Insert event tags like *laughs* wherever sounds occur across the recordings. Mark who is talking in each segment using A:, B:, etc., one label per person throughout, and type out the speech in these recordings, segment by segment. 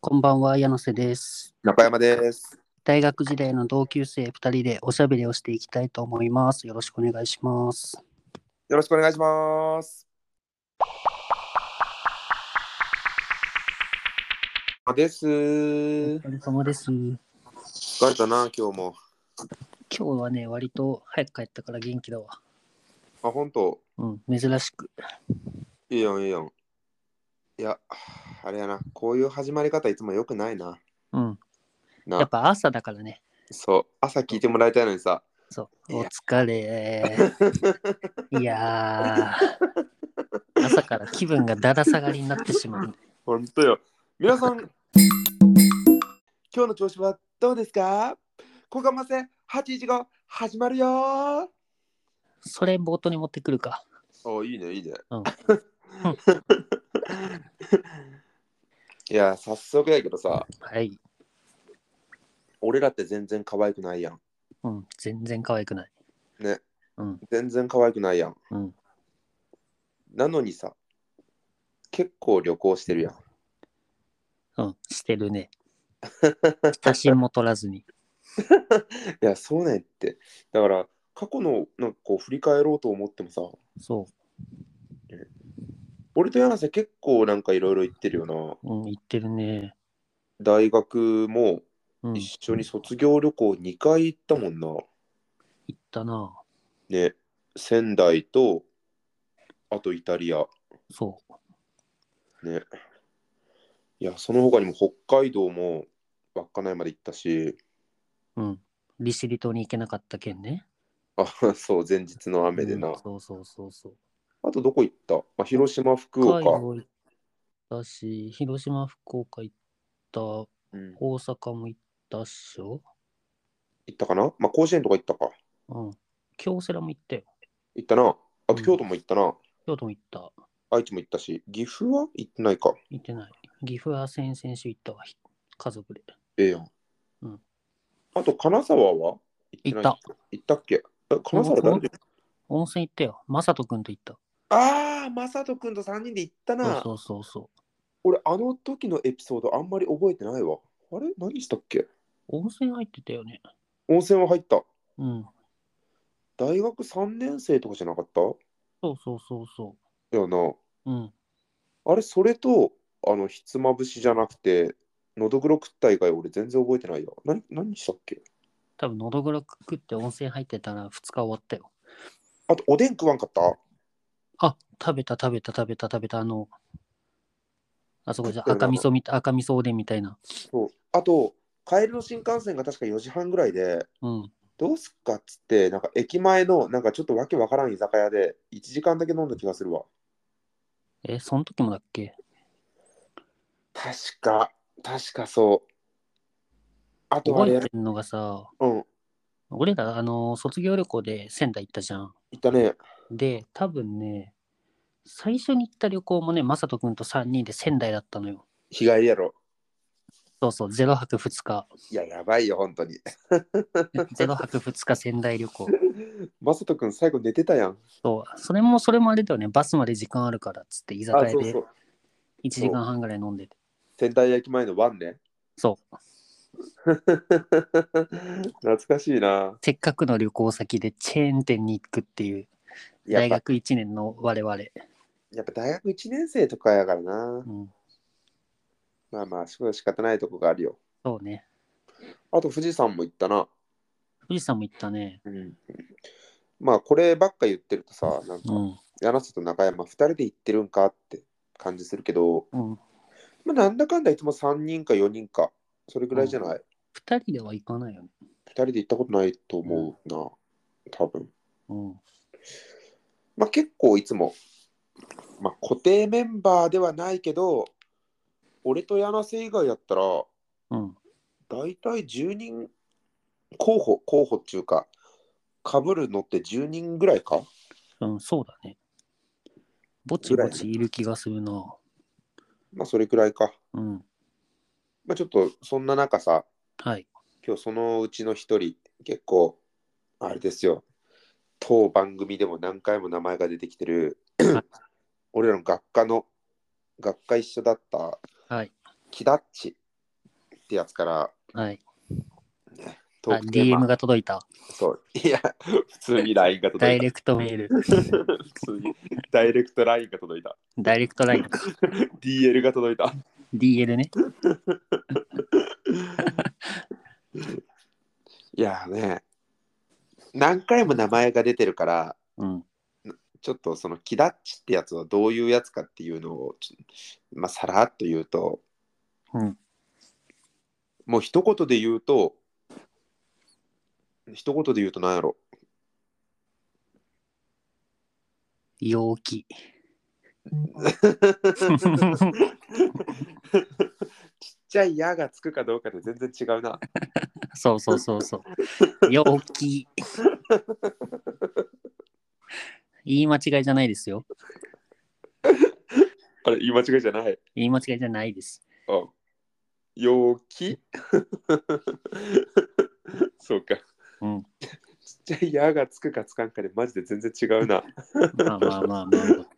A: こんばんは、柳瀬です。
B: 中山です。
A: 大学時代の同級生2人でおしゃべりをしていきたいと思います。よろしくお願いします。
B: よろしくお願いします。あです。
A: お
B: 疲
A: 疲れ様です。今
B: れたな、今日も。
A: 日はね、割と早く帰ったから元気だわ。
B: あ、本当。
A: うん、珍しく。
B: いいよ、いいよ。いや、あれやな、こういう始まり方いつも良くないな。
A: うん。やっ
B: な、
A: ぱ朝だからね。
B: そう、朝聞いてもらいたいのにさ。
A: そう。
B: い
A: お
B: や
A: 疲 *laughs* れ。いやー。朝から気分がだだ下がりになってしまう。
B: 本当よ。皆さん、今日の調子はどうですかこがませ815始まるよ
A: それ冒頭に持ってくるか。
B: あいいねいいね。 *laughs*
A: うん
B: いや早速やけどさ
A: はい。
B: 俺らって全然可愛くないやん。
A: うん、全然可愛くない。
B: ね。
A: うん、
B: 全然可愛くないやん。
A: うん。
B: なのにさ結構旅行してるやん。
A: うん、してるね。 *laughs* 写真も撮らずに。
B: いやそうねんってだから過去のなんかこう振り返ろうと思ってもさ
A: そう。
B: 俺と柳瀬結構なんかいろいろ行ってるよな。
A: うん、行ってるね。
B: 大学も
A: うん、行
B: 一緒に卒業旅行2回行ったもんな。
A: ったな。
B: ね、仙台と、あとイタリア。
A: そう。
B: ね。いや、その他にも北海道も稚内まで行ったし、
A: うん。利尻島に行けなかった県ね。
B: あ、そう、前日の雨でな。
A: うんそうそうそうそう。
B: あとどこ行った、まあ、広島、福
A: 海
B: 岡。
A: 道行ったし、広島、福岡行った、
B: うん、
A: 大阪も行ったっしょ。
B: 行ったかなまあ、甲子園とか行ったか。
A: うん。京セラも行ったよ。
B: 行ったな。あと
A: うん
B: 京都も行ったな。
A: 京都も行った。
B: 愛知も行ったし、岐阜は行ってないか。
A: 行ってない。岐阜は先々週行ったわ。ひ家族で。
B: ええやん。
A: うん
B: あと金沢は行ってない
A: 行っ
B: 行ったっけえ金沢誰で
A: 温泉行ったよ。まさとくんと行った。
B: ああ、まさとくんと3人で行ったな。
A: そうそうそうそう。
B: 俺、あの時のエピソードあんまり覚えてないわ。あれ何したっけ
A: 温泉入ってたよね。
B: 温泉は入った。
A: うん。
B: 大学3年生とかじゃなかった
A: そうそうそうそ
B: よな。
A: う。うん。
B: あれ、それと、あの、ひつまぶしじゃなくて、のどぐろ食った以外俺全然覚えてないや。何何したっけ
A: 多分のどぐろ食って温泉入ってたら2日終わったよ。
B: あと、おでん食わんかった
A: あ食べた食べた食べた食べたあのあそこじゃ
B: 食っ
A: 赤
B: たよな
A: 味噌みた赤味噌おでんみたいな。
B: そう。あと、帰りの新幹線が確か4時半ぐらいで、
A: うん
B: どうすっかっつって、なんか駅前の、なんかちょっとわけわからん居酒屋で、1時間だけ飲んだ気がするわ。
A: えその時もだっけ
B: 確か、確かそう。あとあ
A: 覚
B: れ
A: え、てるのがさ
B: うん、
A: 俺らあの卒業旅行で仙台行ったじゃん。
B: いたね。
A: で多分ね最初に行った旅行もねまさとくんと3人で仙台だったのよ。
B: 日帰りやろ。
A: そうそう0泊2日
B: *laughs* いや、やばいよ、本当 *laughs* に。
A: 0泊2日仙台旅行。
B: まさとくん、最後寝てたやん。
A: そうそれもそれもあれだよねバスまで時間あるからっつって居酒屋
B: あ、
A: で
B: そうそ
A: 1
B: う。
A: 時間半ぐらい飲んでて。
B: 仙台駅前のワンね。
A: そう
B: *laughs* 懐かしいな。
A: せっかくの旅行先でチェーン店に行くっていう
B: や
A: 大
B: っぱ、
A: 学1年の我々、
B: やっぱ大学1年生とかやからな
A: う。ん、
B: まあまあ、そこは仕方ないとこがあるよ。
A: そうね
B: あと、富士山も行ったな。
A: 富士山も行ったね
B: うん。まあ、こればっか言ってるとさ、なん
A: う
B: か、
A: ん
B: 柳瀬と中山、2人で行ってるんかって感じするけど、
A: うん
B: まあ、なんだかんだいつも3人か4人か、それぐらいじゃない、
A: 2人では行かないよね
B: 二 ?2 人で行ったことないと思うな、多分。
A: うん
B: まあ結構いつも、まあ、固定メンバーではないけど、俺と柳瀬以外やったら、
A: うん
B: 大体10人候補、候補っていうか、かぶるのって10人ぐらいか
A: うんそうだねぼちぼちいる気がするな
B: まあそれくらいか。
A: うん
B: まあちょっとそんな中さ、
A: はい
B: 今日そのうちの一人、結構、あれですよ、当番組でも何回も名前が出てきてる
A: はい、
B: 俺らの学科の、学科一緒だった
A: はい
B: 木田っち。ってやつから
A: はい。あ
B: トークテー
A: DM
B: マ。
A: が届いた。
B: そう。いや、普通に LINE が
A: ダ
B: 届
A: イ
B: いた。
A: レクトメール。
B: 普通にダイレクト LINE が届いた。
A: ダイレクトラ
B: *laughs*
A: インか。
B: DL が届いた。
A: DL ね。
B: いやーね、何回も名前が出てるから、
A: うん。
B: ちょっとそのキダッチってやつはどういうやつかっていうのを、ちょまあ、さらっと言うと、
A: うん
B: もう一言で言うと、一言で言うと何やろ
A: 陽
B: *laughs*
A: 気。 *laughs*
B: ちっちゃい「や」がつくかどうかで全然違うな。
A: そうそうそうそう。陽気。言い間違いじゃないですよ。
B: あれ言い間違いじゃない。
A: 言い間違いじゃないです。
B: あ陽気 *laughs* そうか。 *laughs*
A: うん。
B: ちっちゃい「や」がつくかつかんかでマジで全然違うな。
A: まあまあまあまあまあ。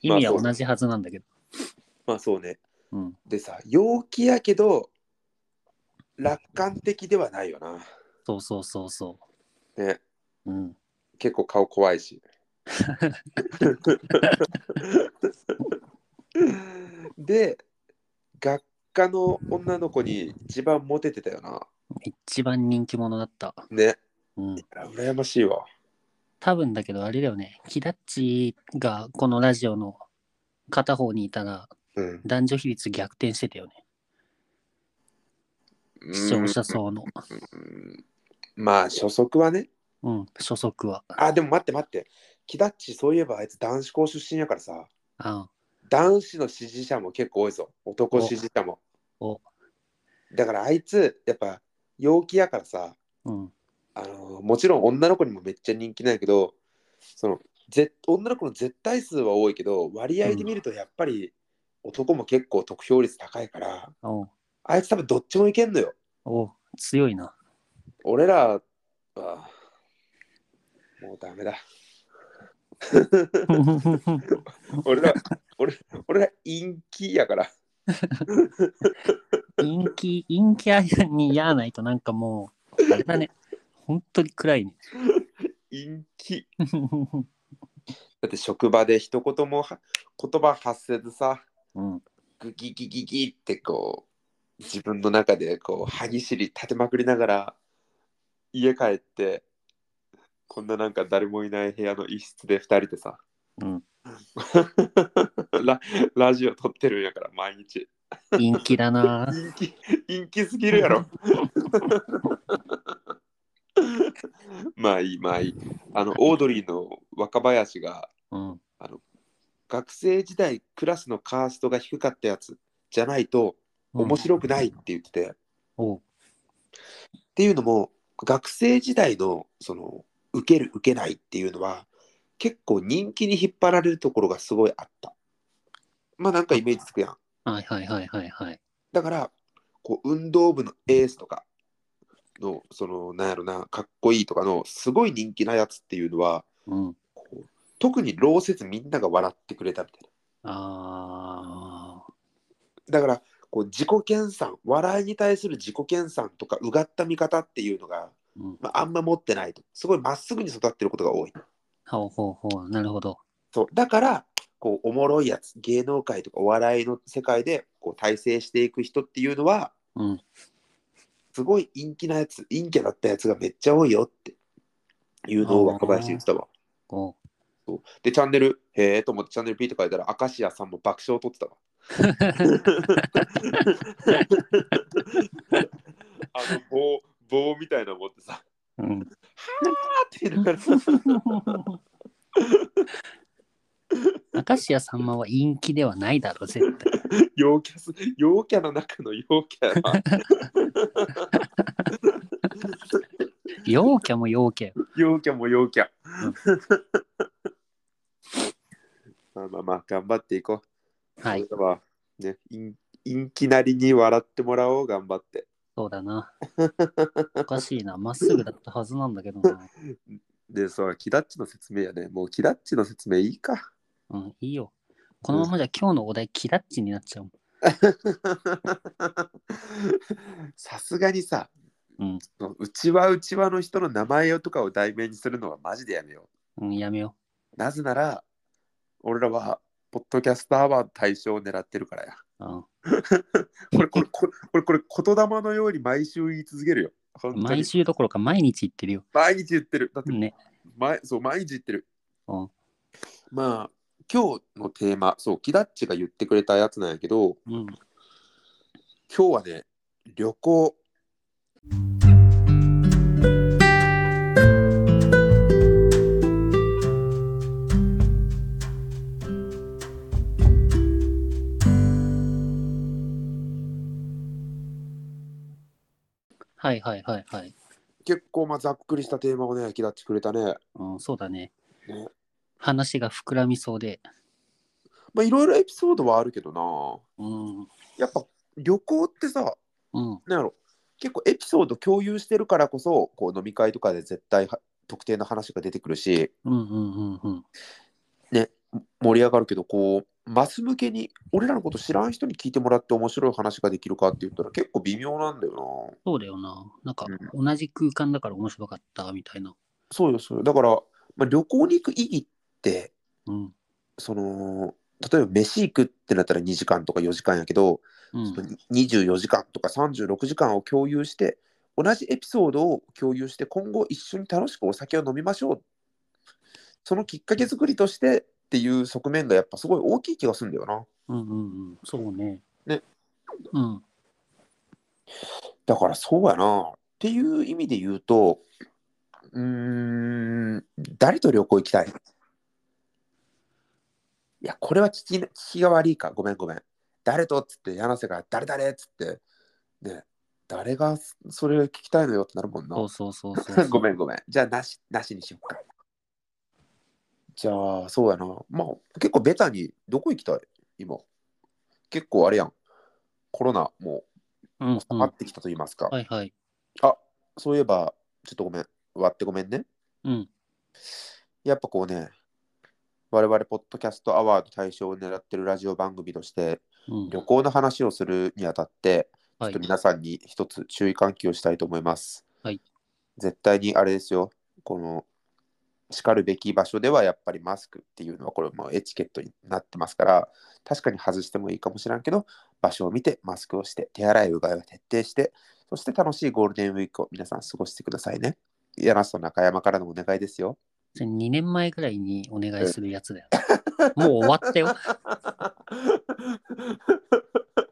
A: 意味は同じはずなんだけど。
B: まあそうね。
A: うん。
B: でさ陽気やけど楽観的ではないよな。
A: そうそうそうそ
B: ね
A: う。うん。
B: 結構顔怖いし。で学科の女の子に一番モテてたよな。
A: 一番人気者だった。
B: ね。
A: うん。
B: 羨ましいわ。
A: 多分だけどあれだよね。キダッチがこのラジオの片方にいたら
B: うん。
A: 男女比率逆転してたよね。視聴者層の。
B: うんまあ初速はね。
A: うん。所属は。
B: あでも待って待って。キダッチそういえばあいつ男子校出身やからさ。
A: あ
B: 男子の支持者も結構多いぞ男支持者も
A: おお
B: だからあいつやっぱ陽気やからさ、
A: うん。
B: あのーもちろん女の子にもめっちゃ人気なんやけどそのぜ女の子の絶対数は多いけど割合で見るとやっぱり男も結構得票率高いから、
A: おう
B: あいつ多分どっちもいけんのよ
A: おう強いな。
B: 俺らはもうダメだ俺ら俺俺ら陰気やから
A: 陰気、陰気あやにやらないとなんかもう、あれだね。本当に暗
B: *laughs*
A: いね。
B: 陰気だって職場で一言もは言葉発せずさ
A: うん。
B: グギギギギってこう自分の中でこう歯ぎしり立てまくりながら家帰ってこんななんか誰もいない部屋の一室で二人でさ
A: うん。
B: *laughs* ララジオ撮ってるんやから毎日
A: 陰気だな。
B: 陰気陰気すぎる
A: *laughs*
B: やろまあいいまあいいあのオードリーの若林が
A: うん。
B: 学生時代クラスのカーストが低かったやつじゃないと面白くないって言ってて、っ
A: おう
B: ていうのも学生時代のその受ける受けないっていうのは結構人気に引っ張られるところがすごいあったまあなんかイメージつくやん
A: はいはいはいはいはい。
B: だからこう運動部のエースとかのそのなんやろなかっこいいとかのすごい人気なやつっていうのは
A: うん。
B: こう特に老せずみんなが笑ってくれたみたいな
A: ああ。
B: だからこう自己研鑽笑いに対する自己研鑽とかうがった見方っていうのが、
A: うん。
B: まあ、あんま持ってないとすごいまっすぐに育ってることが多い
A: ほうほうほう。なるほど。
B: そうだからこうおもろいやつ芸能界とかお笑いの世界でこう大成していく人っていうのは
A: うん。
B: すごい陰気なやつ陰キャだったやつがめっちゃ多いよっていうのを若林言ってたわ
A: おう
B: そうでチャンネルへえと思ってチャンネル P って書いたら明石家さんも爆笑を取って
A: *laughs*
B: たわあの棒棒みたいなの持ってさ
A: うん。 *laughs*
B: っていうから
A: 明石家さんまは陰気ではないだろ、絶対。
B: 陽キャス陽キャの中の陽キャやな
A: 陽キャも陽キャよ。
B: 陽キャも陽キャまあまあまあ頑張っていこう
A: はい。
B: それではね陰陰気なりに笑ってもらおう頑張って
A: そうだな。おかしいな。まっすぐだったはずなんだけどな。
B: でそうキダッチの説明やねもうキダッチの説明いいか
A: うん、いいよ。このままじゃ今日のお題、キラッチになっちゃうもん。
B: *laughs* さすがにさ、
A: うん
B: そのうちわうちわの人の名前をとかを題名にするのはマジでやめよ
A: うん、やめよ
B: う。なぜなら、俺らは、ポッドキャスターは対象を狙ってるからや。
A: う。うん
B: これ、これ、これ、これ、これ言霊のように毎週言い続けるよ。本当に
A: 毎週どころか毎日行ってるよ。
B: 毎日言ってる。だって、
A: ね。
B: 毎そう、毎日言ってる。
A: うん。
B: まあ、今日のテーマ、そう、キダッチが言ってくれたやつなんやけど、
A: うん。
B: 今日はね、旅行。
A: はいはいはいはい。
B: 結構まあざっくりしたテーマをね、キダッチくれたね。
A: うん、そうだね
B: ね。
A: 話が膨らみそうで。
B: まあいろいろエピソードはあるけどな。
A: うん。
B: やっぱ旅行ってさ、
A: うん。
B: なんやろ、結構エピソード共有してるからこそ、こう飲み会とかで絶対は特定の話が出てくるし、
A: うんうんうんうん。
B: 盛り上がるけど、こう、マス向けに、俺らのこと知らん人に聞いてもらって面白い話ができるかって言ったら結構微妙なんだよな。
A: そうだよな。なんか、同じ空間だから面白かったみたいな。
B: そうよ、そうよ。だから、まあ、旅行に行く意義って、
A: うん。
B: その、例えば飯行くってなったら2時間とか4時間やけど、
A: うん。
B: 24時間とか36時間を共有して同じエピソードを共有して今後一緒に楽しくお酒を飲みましょうそのきっかけ作りとしてっていう側面がやっぱすごい大きい気がするんだよな
A: うんうんうん。そうね。
B: ね。
A: うん。
B: だからそうやなっていう意味で言うとうーん誰と旅行行きたいいやこれは聞き聞きが悪いかごめんごめん誰とっつって柳瀬が誰誰っつってね誰がそれを聞きたいのよってなるもんな。
A: そうそうそうそう
B: *laughs* ごめ
A: ん。
B: んごめん。じゃあなし、なしにしようか。じゃあ、そうやな。まあ、結構ベタに、どこ行きたい今。結構あれやん。コロナも
A: うん、
B: う
A: うん。
B: 上が
A: は
B: ってきたと言いますか。
A: いはい。
B: そういえば、ちょっとごめん。割ってごめんね。
A: うん。
B: やっぱこうね、我々、ポッドキャストアワード対象を狙ってるラジオ番組として、
A: うん。
B: 旅行の話をするにあたって、ちょ
A: は
B: っ
A: い
B: と。皆さんに一つ注意喚起をしたいと思います。
A: はい
B: 絶対にあれですよ、この、しかるべき場所ではやっぱりマスクっていうのはこれもうエチケットになってますから、確かに外してもいいかもしれんけど、場所を見てマスクをして、手洗いうがいを徹底して、そして楽しいゴールデンウィークを皆さん過ごしてくださいね。柳瀬と中山からのお願いで
A: *laughs*
B: すよ。
A: それ2年前ぐらいにお願いするやつだよ。もう終わったよ。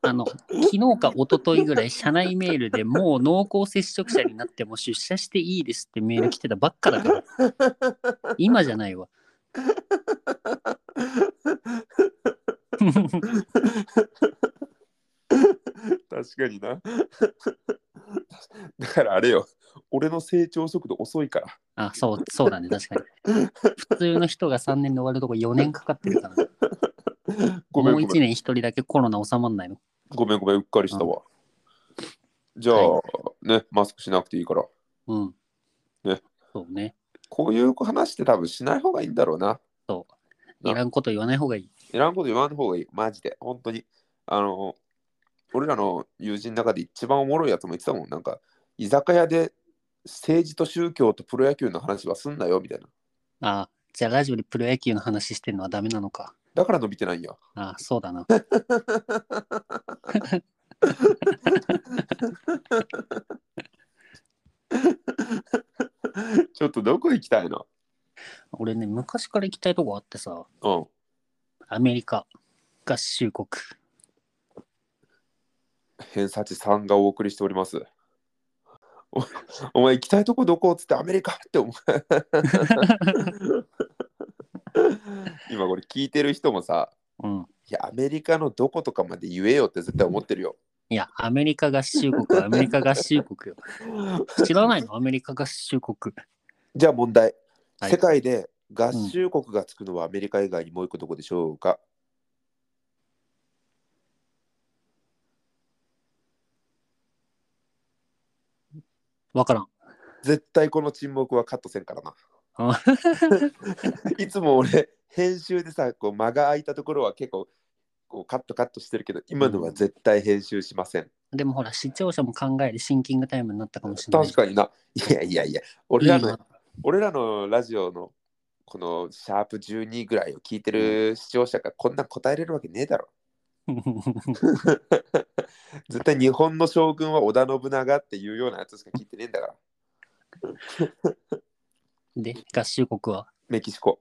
A: あの、昨日か一昨日ぐらい、社内メールでもう濃厚接触者になっても出社していいですってメール来てたばっかだから、今じゃないわ。
B: 確かにな。 *laughs* だからあれよ、俺の成長速度遅いから。
A: あ、そう、そうだね、確かに。普通の人が3年で終わるとこ4年かかってるから、
B: ごめん
A: もう
B: ご
A: 1
B: めん。
A: 年1人だけコロナ収まんないの。
B: ごめんごめん、うっかりしたわ。じゃあ、
A: は
B: ね、マスクしなくていいから。
A: うん。
B: ね
A: そうね。
B: こういう話って多分しない方がいいんだろうな。
A: いらんこと言わない方がいい。
B: いらんこと言わん方がいい。マジで。本当に。あの、俺らの友人の中で一番おもろいやつも言ってたもん。なんか、居酒屋で政治と宗教とプロ野球の話はすんなよ、みたいな。
A: あ、じゃあラジオでプロ野球の話してるのはダメなのか。
B: だから伸びてないんや。
A: あ、そうだな。
B: ちょっとどこ行きたいの
A: 俺ね、昔から行きたいとこあってさ、
B: うん。
A: アメリカ合衆国。
B: 偏差値3がお送りしております。おお前行きたいとこどこっつってアメリカって思う。今これ聞いてる人もさ、
A: うん。
B: いやアメリカのどことかまで言えよって絶対思ってるよ。
A: いや、アメリカ合衆国
B: *laughs*
A: はアメリカ合衆国よ。知らないのアメリカ合衆国。
B: じゃあ問題。
A: はい
B: 世界で合衆国がつくのはアメリカ以外にもう一個どこでしょうか、
A: わからん。
B: 絶対この沈黙はカットせんからな
A: あ。
B: *laughs* いつも俺、編集でさ、こう間が空いたところは結構構カットカットしてるけど今のは絶対編集しません、
A: でもほら、視聴者も考えるシンキングタイムになったかもしれない。
B: 確かにないやいやいや俺らの俺らのラジオのこのシャープ12ぐらいを聞いてる視聴者がこんなん答えれるわけねえだろ絶対日本の将軍は織田信長っていうようなやつしか聞いてねえんだから
A: いい *laughs* なで、合衆国は。
B: メキシコ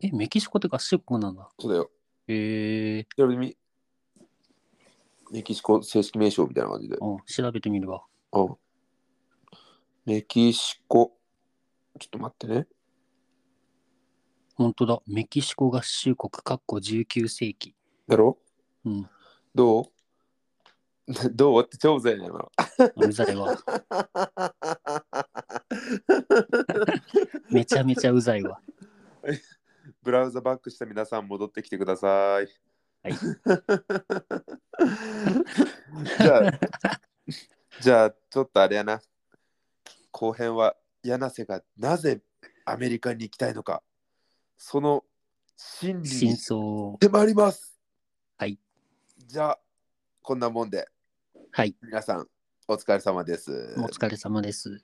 A: え、メキシコって合衆国なんだ。
B: そうだよ
A: へえ
B: いやみメキシコ正式名称みたいな感じで。
A: うん調べてみるわ。
B: うん。メキシコ。ちょっと待ってね。
A: 本当だ。メキシコ合衆国、かっこ19世紀。
B: だろ
A: うん。
B: どう *laughs* どうって超うざいね、今の。
A: うざいわ。めちゃめちゃうざい
B: *laughs*
A: わ。
B: *laughs* ブラウザバックした皆さん戻ってきてください。
A: はい
B: *laughs* じゃあ、 *laughs* じゃあちょっとあれやな。後編は柳瀬がなぜアメリカに行きたいのか、その真理
A: 真
B: に
A: 相を。
B: 迫ります。
A: はい。
B: じゃあ、こんなもんで
A: はい。
B: 皆さんお疲れ様です。
A: お疲れ様です。